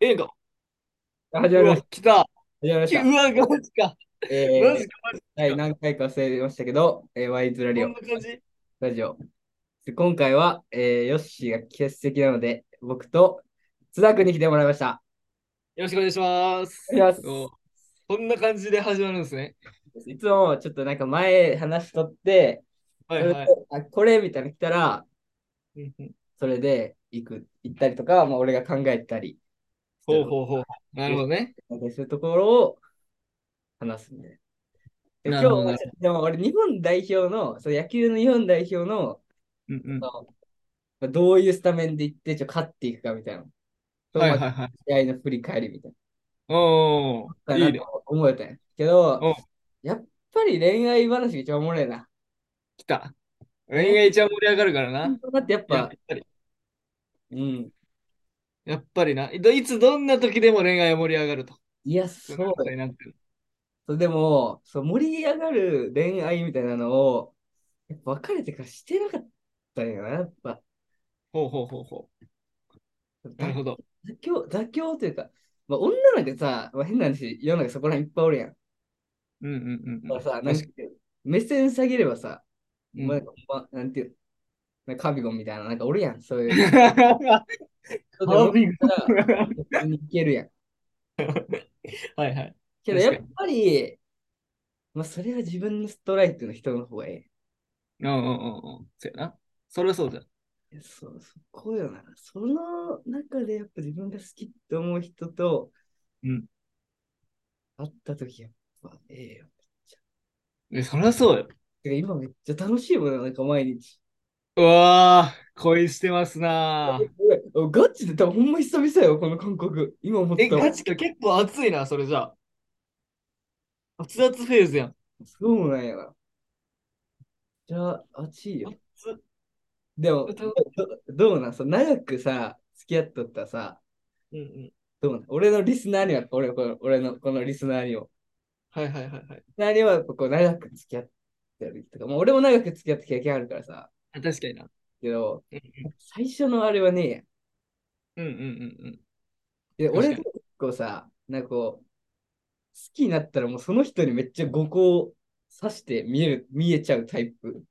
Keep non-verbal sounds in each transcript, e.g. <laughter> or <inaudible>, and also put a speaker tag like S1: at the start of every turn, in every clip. S1: 映画。
S2: 始ま
S1: う
S2: りま
S1: わ、
S2: し
S1: 来た。
S2: た。始まりまし
S1: きう
S2: た。
S1: わ、マジか。マ
S2: え
S1: ジ
S2: ー、
S1: か、マジ
S2: 第
S1: か。
S2: 何回か忘れましたけど、えー、ワイズラリ
S1: こ
S2: オ、
S1: んな感じ
S2: ラジオ。で今回は、えー、ヨッシーが欠席なので、僕と津田君に来てもらいました。
S1: よろしくお願いしま
S2: お願い
S1: す。
S2: しま
S1: お
S2: す。
S1: こんな感じで始まるんですね。
S2: いつもちょっとなんか前話しとって、
S1: は
S2: そ
S1: い
S2: れで、
S1: はい。
S2: あ、これみたいなの来たら、
S1: うんうん
S2: それで行く、行ったりとか、まあ、俺が考えたりす
S1: ほう
S2: る、
S1: ほうほう。なるほどね。
S2: そういうところを話すみたいな。で
S1: な
S2: 今
S1: るほ
S2: 日
S1: ど
S2: は
S1: なる
S2: ちょっと、でも俺、日本代表の、そう野球の日本代表
S1: ほ
S2: の、
S1: ど。うんうん。
S2: そのまあどういうスタメンでいってちょっと勝っていくかみたいな。と、
S1: はい
S2: まあ、
S1: はいはい。
S2: 試合の振り返りみたい
S1: おー、
S2: な。
S1: い
S2: ないん
S1: ね。
S2: か思えたんや。けど、
S1: おー、
S2: やっぱり恋愛話が一番おもろいな。
S1: 来た。
S2: 恋
S1: 恋愛ちゃん盛り上がるから
S2: 愛
S1: な。
S2: だってやっ
S1: いや、やっ
S2: ぱ、
S1: ぱり、
S2: うん。
S1: やっぱりな。いどいつどんな時でも恋愛は盛り上がると。
S2: いや、
S1: そうな
S2: そ
S1: こと
S2: う
S1: になってる。
S2: そうでも、そう、盛り上がる恋愛みたいなのを、やっぱ別れてからしてなかったんやな、やっぱ。
S1: ほうほうほうほう。なる
S2: 妥
S1: ほど。
S2: 妥協、妥協というか、まあ、女なんてさ、まあ、変な話、世の中そこら辺いっぱいおるやん。
S1: うんうんうんうん。
S2: だからさ、なん
S1: 確
S2: て
S1: か
S2: いう目線下げればさ、
S1: に。う
S2: まあ、
S1: ん。
S2: まあ、なんていう、なんかカビゴンみたいな、なんかおるやん、そういう。
S1: <laughs> ハ
S2: 人でも
S1: ービン
S2: だったら、
S1: グ。
S2: 普
S1: <laughs>
S2: 通にいけるやん。
S1: <laughs> はいはい。
S2: けど、
S1: 確か
S2: やっ
S1: に。
S2: ぱり、まあ、それは自分のストライクの人の方がえ
S1: うんうんうんうん。そうやな。それはそうじゃん。
S2: え。いやそう、そこよな。その中で、やっぱ自分が好きって思う人と
S1: うん。
S2: 会ったとき、やっぱええよ。
S1: え、そりゃそうよ。
S2: てか今めっちゃ楽しいもんな、なんか毎日。
S1: うわー、恋してますな
S2: おいガチで多分ほんま久々よ、この感覚。今思
S1: ー。
S2: っ
S1: え、
S2: た
S1: ガ
S2: わ。
S1: チか、結構熱いな、それじゃあ。熱々フェーズやん。
S2: そうなんやな。じゃあ、暑いよ。
S1: 熱っ。
S2: でも、
S1: 歌う
S2: ど、どうなんそう、長くさ、付き合っとったらさ、
S1: うんうん。
S2: どうなん俺のリスナーには、俺、これ俺のこのリスナーにも。
S1: はいはいはいはい。
S2: リスナーには、こう長く付き合ってるとか、もう俺も長く付き合った経験あるからさ、
S1: あ確かにな。
S2: けど、
S1: うん
S2: 最初のあれはねえやん。
S1: うんうんうんうん。
S2: で、
S1: 確か
S2: 俺が
S1: に。
S2: 結構さ、なんかこう、好きになったらもうその人にめっちゃ五行刺して見える、見えちゃうタイプ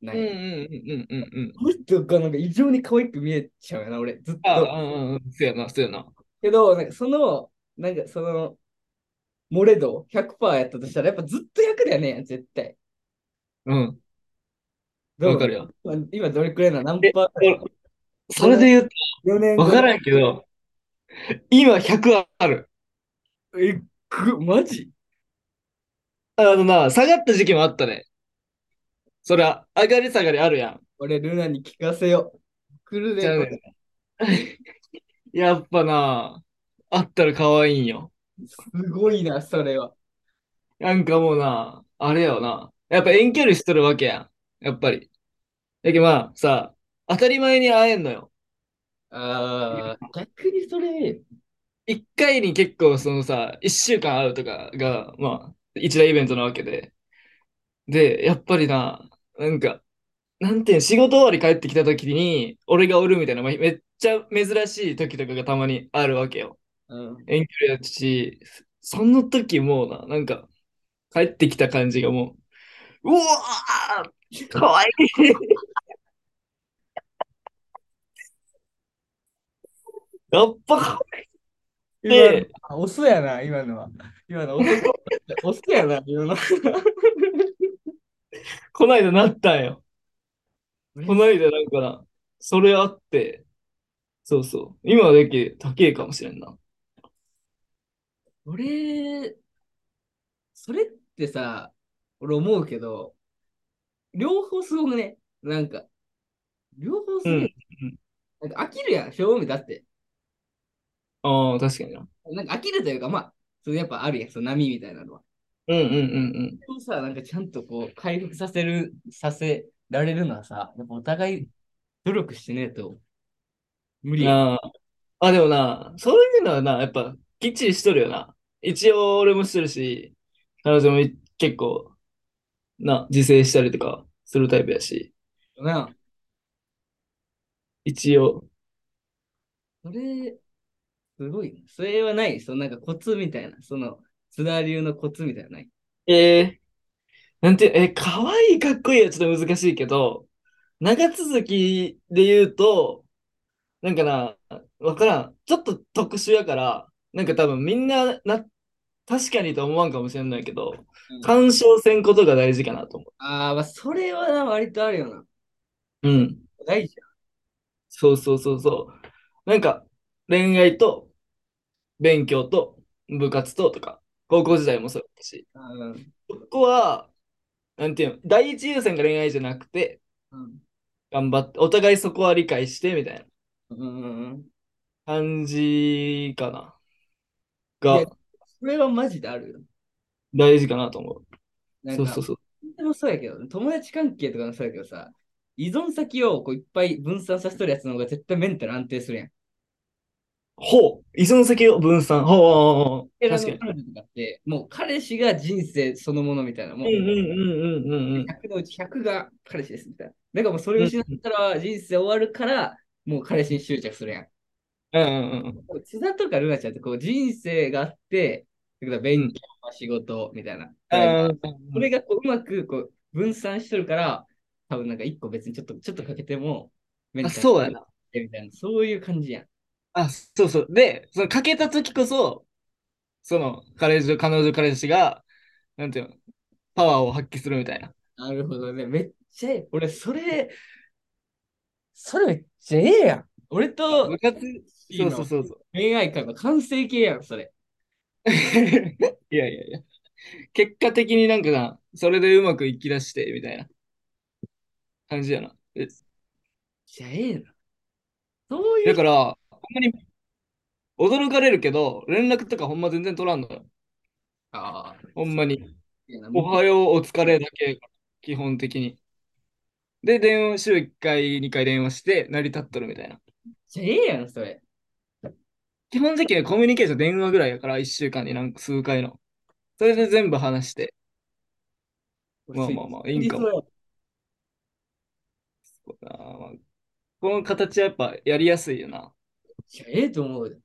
S2: な
S1: うんん
S2: や。
S1: うんうんうんうんうん。
S2: この人がなんか異常に可愛く見えちゃうよな、俺、ずっ
S1: あ
S2: と。
S1: あ、うんうんうん。そうやな、そうやな。
S2: けど、なんかその、なんかその、漏れ度100%やったとしたら、やっぱずっと100だよね、絶対。
S1: うん。わ
S2: どう
S1: かるよ。
S2: まあ今どれくらいなの何
S1: え、
S2: パーぐらい
S1: お
S2: なの
S1: それ
S2: 4
S1: で言うと、
S2: 年、4年
S1: わ
S2: 後
S1: か
S2: の。
S1: らんけど、今100ある。
S2: えっく、マジ
S1: あのな、下がった時期もあったね。そりゃ、上がり下がりあるやん。
S2: 俺、ルナに聞かせよう。来る
S1: じ
S2: で、
S1: ゃあ
S2: こ
S1: ね。 <laughs> やっぱな、あったら可愛いんよ。
S2: れ。すごいな、それは。
S1: なんかもうな、あれよな。やっぱ遠距離しとるわけやん。やっぱり。だけどまあさ、当たり前に会えんのよ。
S2: あー、逆にそれ、
S1: 一回に結構そのさ、一週間会うとかが、まあ、一大イベントなわけで。で、やっぱりな、なんか、なんていうの仕事終わり帰ってきた時に、俺がおるみたいな、まあめっちゃ珍しい時とかがたまにあるわけよ。
S2: うん。
S1: 遠距離だし、その時もうな、なんか、帰ってきた感じがもう、うわーかわい <laughs> いやっぱかわいいっ
S2: 今の、
S1: て、
S2: あオスやな、今のは。今のオス、オスやな、今の。
S1: こないだなったんよ。 <laughs> こ
S2: 嬉
S1: な
S2: し
S1: いだなんかな、それあって、そうそう。今だけ高えかもしれんな。
S2: 俺、それってさ、俺思うけど、両方すごくね、なんか、両方す
S1: う
S2: ご
S1: ん。
S2: い、なんか飽きるやん、正味だって。
S1: ああー、確かにな。
S2: なんか飽きるというか、まあ、そのやっぱあるやん、その波みたいなのは。
S1: うんうんうん
S2: でもさ、なんかちゃんとこう、回復させる、させられるのはさ、やっぱお互い努力してねえと無
S1: うん。
S2: 理やん。
S1: ああ。あ、でもな、そういうのはな、やっぱ、きっちりしとるよな。一応、俺もしてるし、彼女もい結構、な、自制したりとかするタイプやし、
S2: な、
S1: 一応、
S2: それ、すごいね。それはない。そのなんかコツみたいな。その、津田流のコツみたいなのない。
S1: えー、なんていう、えー、かわいい、かっこいいはちょっと難しいけど、長続きで言うと、なんかな、わからん。ちょっと特殊やから、なんか多分みんな、な、確かにとは思わんかもしれないけど、
S2: うん
S1: 干渉せんことが大事かなと思
S2: ああ、まあ、それはな割とあるよな。
S1: う。うん。
S2: 大事
S1: そうそうそうそう。なんか、恋愛と、勉強と、部活ととか、高校時代もそうだったし、
S2: やん。うん。
S1: そこは、なんていうの、第一優先が恋愛じゃなくて、
S2: うん。
S1: 頑張って、お互いそこは理解して、みたいな
S2: うんうんうん。
S1: 感じかな。
S2: いや
S1: が、
S2: それはマジであるよ。
S1: 大事かなと思う。
S2: なん
S1: そう
S2: か
S1: そうそう。
S2: でもそうやけど、友達関係とかもそうやけどさ、依存先をこういっぱい分散させとるやつの方が絶対メンタル安定するやん。
S1: ほう、依存先を分散。ほうほうほうほう、
S2: 彼
S1: 確か
S2: 女とかって、もう彼氏が人生そのものみたいな、もう
S1: に。うんうんうんうんうんうん。
S2: 100のうち100が彼氏ですみたいな。だからもうそれを失ったら人生終わるから、もう彼氏に執着するやん。
S1: うんうんうん。
S2: 津田とかルナちゃんってこう人生があって、だから勉強、仕事みたいな。それがこううまくこう分散してるから、多分なんか一個別にちょっとちょっとかけても、メン
S1: あ、
S2: タル
S1: そうやな。
S2: みたいな、そういう感じやん。
S1: あ、そうそう。で、そのかけた時こそ、その彼女、彼女、彼氏が、なんていうの、パワーを発揮するみたいな。
S2: なるほどね。めっちゃええ。俺、それ、それめっちゃええやん。俺と
S1: 部活、
S2: いい
S1: そ
S2: の
S1: うそうそうそう。
S2: 恋愛観の完成形やん、それ。
S1: <laughs> いやいやいや。結果的になんかな、それでうまくいきだして、みたいな感じやな。え
S2: めっちゃええな。そういう
S1: だから、ほんまに驚かれるけど、連絡とかほんま全然取らんのよ。
S2: ああ、
S1: ほんまに。
S2: いやな
S1: おはよう、お疲れだけやから、基本的に。で、電話、週1回、2回電話して、成り立っとるみたいな。
S2: めっちゃええやん、それ。
S1: 基本的にはコミュニケーション電話ぐらいやから、1週間になんか数回の。それで全部話して、まあまあまあいいんかも
S2: も。
S1: あーまあこの形はやっぱやりやすいよな。
S2: いや、ええと思うよ。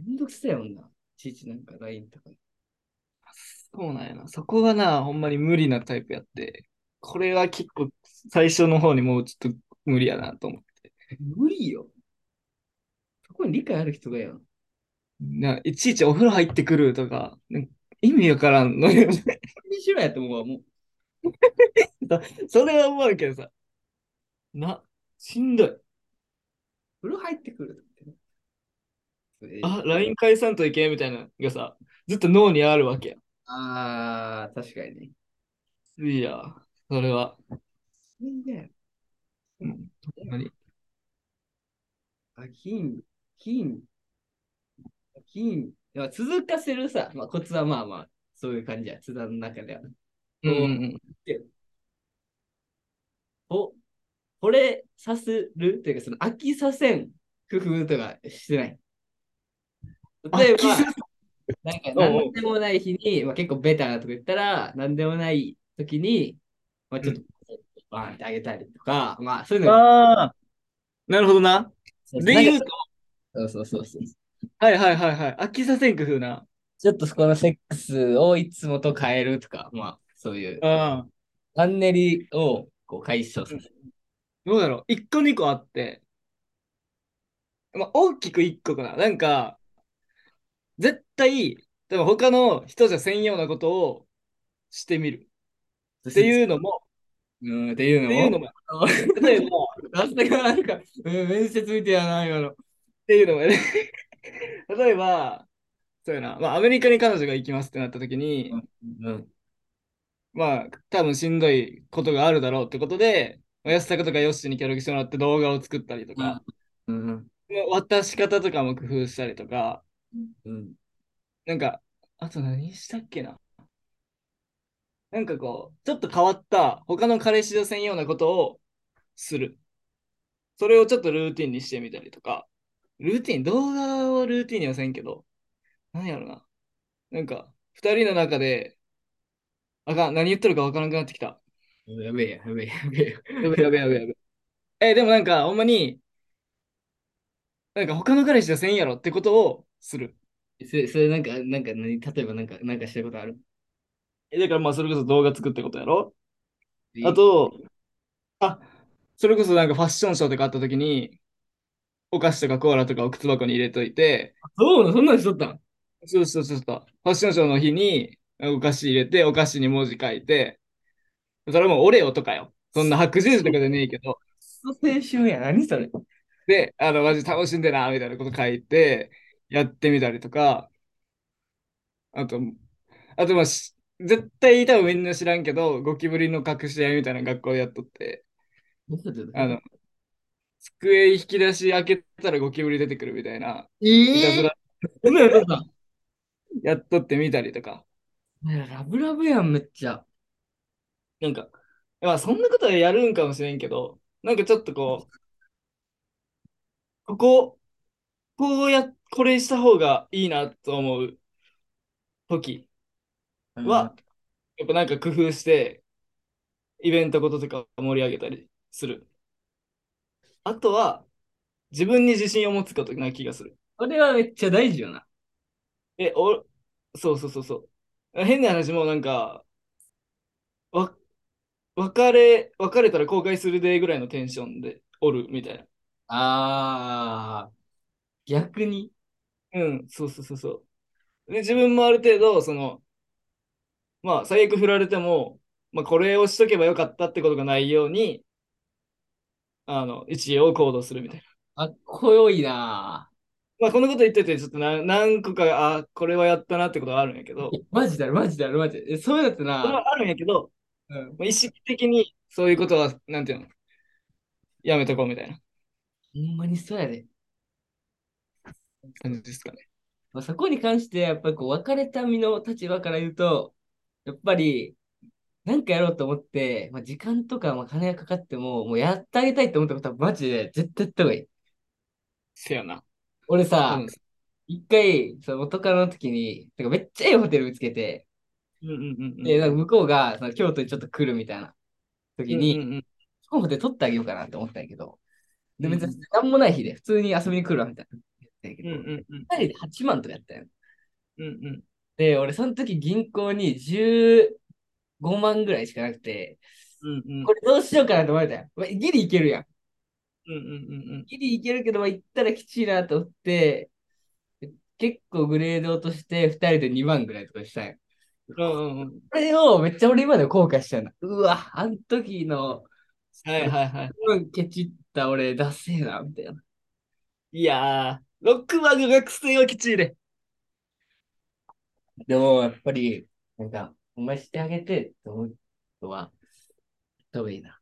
S2: めんどくせえもんな。いちいちなんか LINE とか。
S1: そうなんやな。そこがな、ほんまに無理なタイプやって、これは結構最初の方にもうちょっと無理やなと思って。
S2: 無理よ。そこに理解ある人がやん。
S1: ないちいちお風呂入ってくるとか、なんか意味わからんのよ <laughs> ね。
S2: 何しろやと思うわ、もう。
S1: それは思うけどさ。な、しんどい。
S2: 風呂入ってくるとかってね。それ
S1: あ、LINE 返さんといけんみたいなのがさ、ずっと脳にあるわけや。
S2: あー、確かにね。
S1: いや、それは。
S2: いいね。
S1: うん、ほんまに。
S2: あ、金、金、金。まあ、続かせるさ、まあ、コツはまあまあ、そういう感じや、津田の中では。
S1: うんうん
S2: ほ、惚れさせるというか、その飽きさせん工夫とかしてない。
S1: うん。
S2: 例え
S1: 飽
S2: ば
S1: き、さ
S2: なんか
S1: おうお
S2: 何
S1: う
S2: でもない日に、まあ、結構ベタなとか言ったら、何でもない時に、まあ、ちょっとバーンってあげたりとか、まあそういうのが
S1: ああ、なるほどな。
S2: そう
S1: で言うと、
S2: そうそうそうそう。
S1: はいはいはいはい。飽きさせん工夫な。
S2: ちょっとそこのセックスをいつもと変えるとか、まあそういう、
S1: うん。
S2: マンネリをこう解消する。
S1: どうだろう。一個二個あって、まあ、大きく一個かな。なんか、絶対、でも他の人じゃせんようなことをしてみる。って
S2: う。
S1: いうのも、
S2: うん、っていう
S1: っ
S2: の
S1: ていうの
S2: も。
S1: も、
S2: <laughs>
S1: 例えば、っ
S2: あすがなんか、うん面接みたいやな、今の。
S1: ていうのもね、 <laughs> 例えば、そうやな、まあ、アメリカに彼女が行きますってなった時に、
S2: うん。
S1: まあ、多分しんどいことがあるだろうってことで、まあ安坂とかヨッシーに協力してもらって動画を作ったりとか、
S2: うん。
S1: 渡し方とかも工夫したりとか、
S2: うん。
S1: なんか、あと何したっけな。なんかこう、ちょっと変わった、他の彼氏とせんようなことをする。それをちょっとルーティンにしてみたりとか、ルーティン、動画はルーティンにはせんけど、何やろな。なんか、二人の中で、あかん、何言ってるかわからなくなってきた。
S2: やべえや、やべえや、やべえや。
S1: やべやべやべやべ。え、でもなんか、ほんまに、なんか他の彼氏じゃせんやろってことをする。
S2: それ、それなんか、なんか何、例えばなんか、なんかしたことある
S1: えだからまあそれこそ動画作ってことやろ
S2: い
S1: あと、あ、それこそなんかファッションショーとかあった時に、お菓子とかコーラとかを靴箱に入れといて、
S2: そうなのそんなんしとったん
S1: そうそうそうそう、ファッションショーの日にお菓子入れて、お菓子に文字書いて、それはもうオレオとかよ。そんな白十字とかじゃねえけど、
S2: そ青春や、何それ。
S1: で、あの、マジ楽しんでな、みたいなこと書いて、やってみたりとか、あと、あとまあし、絶対多分みんな知らんけど、ゴキブリの隠し合いみたいなの学校でやっとって、あの、机引き出し開けたらゴキブリ出てくるみたいな、
S2: え
S1: いたず
S2: ぇ、
S1: ら
S2: そんなんやっとったん
S1: やっとってみたりとか、
S2: お前らラブラブやん、めっちゃ。
S1: なんか、まあそんなことはやるんかもしれんけど、なんかちょっとこう、ここ、こうや、これした方がいいなと思う時は、やっぱなんか工夫して、イベントこととか盛り上げたりする。あとは、自分に自信を持つことな気がする。
S2: それはめっちゃ大事よな。
S1: え、お、そうそうそうそう。変な話もなんか、わ、別れ、別れたら後悔するでぐらいのテンションでおるみたい
S2: あー、逆に。
S1: な。うん、そうそうそうそう。で、自分もある程度、その、まあ、最悪振られても、まあ、これをしとけばよかったってことがないように、あの、一応行動するみたいな。
S2: かっこよいな
S1: まあ、このこと言ってて、ちょっとな何個か、あ、これはやったなってことはあるんやけど、
S2: ぁ。マジだろ、マジだろ、マジで。えそういうのって
S1: それ
S2: な、
S1: はあるんやけど、
S2: うん、
S1: まあ意識的にそういうことは、なんていうの、やめとこうみたいな
S2: ほんまにそうやで。
S1: 感じですかね。
S2: まあ、そこに関して、やっぱりこう、別れた身の立場から言うと、やっぱり、なんかやろうと思って、まあ、時間とか、まあ、金がかかっても、もうやってあげたいと思ったことは、マジで絶対やった方がいい。
S1: せやな。
S2: 俺
S1: う
S2: さ
S1: ん、、
S2: 一回、その元カノの時に、なんかめっちゃいいホテル見つけて、
S1: うんうんうん。
S2: で、なんか向こうが、その京都にちょっと来るみたいな
S1: うん
S2: 時
S1: うん
S2: に、
S1: うん
S2: そこのホテル取ってあげようかなって思ったんやけど、で、別
S1: うん
S2: に何もない日で、普通に遊びに来るわ、みたいな。やった
S1: うん
S2: んや
S1: う
S2: けど、
S1: んうん
S2: 二人で8万とかやったんや
S1: うんうん
S2: で、俺その時銀行に15万ぐらいしかなくて、
S1: うんうん
S2: これどうしようかなと思ったよ。まあ、ギリいけるやん。
S1: うんうんうん
S2: ギリいけるけど、まあ、行ったらきちいなと思って、結構グレード落として2人で2万ぐらいとかしたんよ。
S1: うんうんうん
S2: これをめっちゃ俺今でも後悔してるの。うわ、あの時の、
S1: はいはいはい。
S2: うん、ケチった俺、ダセえな、みたいな。
S1: いやー、ロックマンが学生はきちいで。
S2: でも、やっぱり、なんか、お前してあげてって思うのは、どういいな。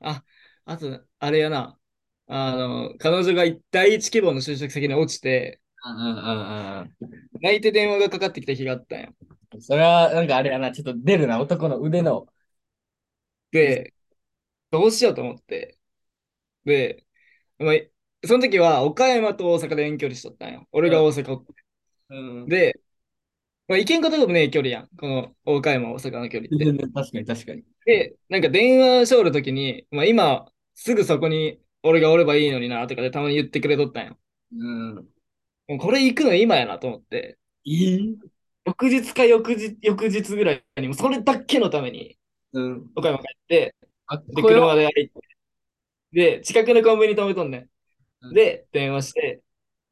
S1: あ、あと、あれやな。あの、彼女が第一希望の就職先に落ちて、
S2: うんうんうんうん。
S1: 泣いて電話がかかってきた日があったんや。
S2: それは、なんかあれやな、ちょっと出るな、男の腕の。
S1: で、どうしようと思って。で、まあ、その時は岡山と大阪で遠距離しとったんよ。俺が大阪おって。
S2: うん。
S1: で、まあ、行けんことでもねえ距離やん。この岡山、大阪の距離って。
S2: 確かに確かに。
S1: で、なんか電話しょおるときに、まあ、今、すぐそこに俺がおればいいのになとかでたまに言ってくれとったんよ。
S2: うん。
S1: もうこれ行くの今やなと思って。
S2: いい
S1: 翌日か翌日、翌日ぐらいに、もうそれだけのために
S2: うん。
S1: 岡山帰って、
S2: あっ
S1: で、
S2: こよ。
S1: 車で歩いて。で、近くのコンビニ止めとんね。
S2: うんん
S1: で、電話して、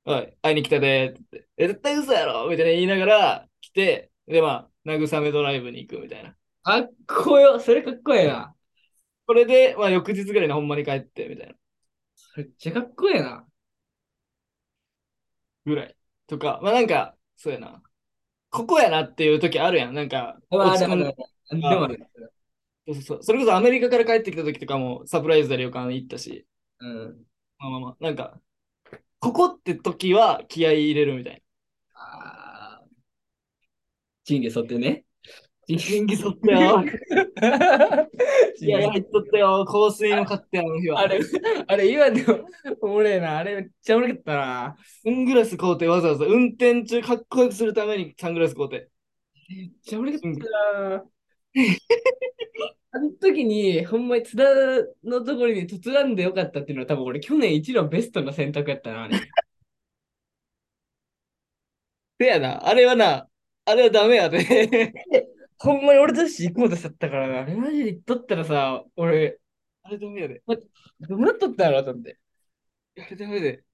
S1: おい、会いに来たでーって言って。え、絶対嘘やろみたいな言いながら来て、で、まあ、慰めドライブに行くみたいな。
S2: あっこよ。それかっこええな。
S1: これで、まあ、翌日ぐらいにほんまに帰って、みたいな。
S2: めっちゃかっこええな。
S1: ぐらい。とか、まあ、なんか、そうやな。ここやなっていう時あるやん。なんか、
S2: まあ、
S1: 落
S2: あ
S1: ち
S2: れ
S1: 込
S2: あ
S1: ん
S2: れ
S1: で。
S2: あれでもある。
S1: そうそうそうそれこそアメリカから帰ってきた時とかも、サプライズで旅館行ったし、
S2: うん。
S1: まあまあまあ、なんか、ここって時は気合い入れるみたいな。
S2: ああ。チンゲ剃ってね。チ
S1: 元
S2: ン <laughs>
S1: 気そったよ。いや、
S2: ゲ
S1: 入っとったよ。香水の買ってあの日は。
S2: あれ、あれ、今でも、おもれえな。あれめっちゃおもろかったな。あ
S1: サングラス買うてわざわざ運転中かっこよくするためにサングラス買うて。
S2: れめっちゃおもろかったな。 <laughs> あの時に、ほんまに津田のところに突らんでよかったっていうのは多分俺去年一番ベストな選択やったな。あれ
S1: せやな。あれはな、あれはダメやで。 <laughs>
S2: ほんまに俺たち行こうとしちゃったからな。あれマジで行っとったらさ、俺、
S1: あれダメやで。
S2: どうなっとったんやろと思って。
S1: あれダメで。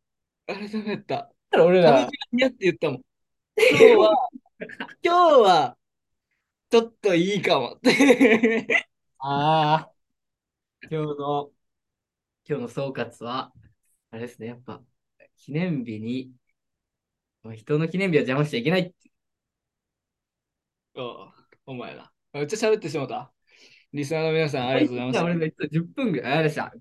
S1: あれダメやった。
S2: だから俺
S1: 歌舞伎
S2: ら
S1: が、似合って言ったもん。今日は、 <laughs> 今日は、ちょっといいかも <laughs> って。
S2: ああ、今日の、今日の総括は、あれですね、やっぱ、記念日に、人の記念日は邪魔しちゃいけないって。
S1: おお前ら。めっちゃ喋ってしまった。リスナーの皆さん、ありがとうございました。
S2: 俺のいつも10分ぐらい、あれでした。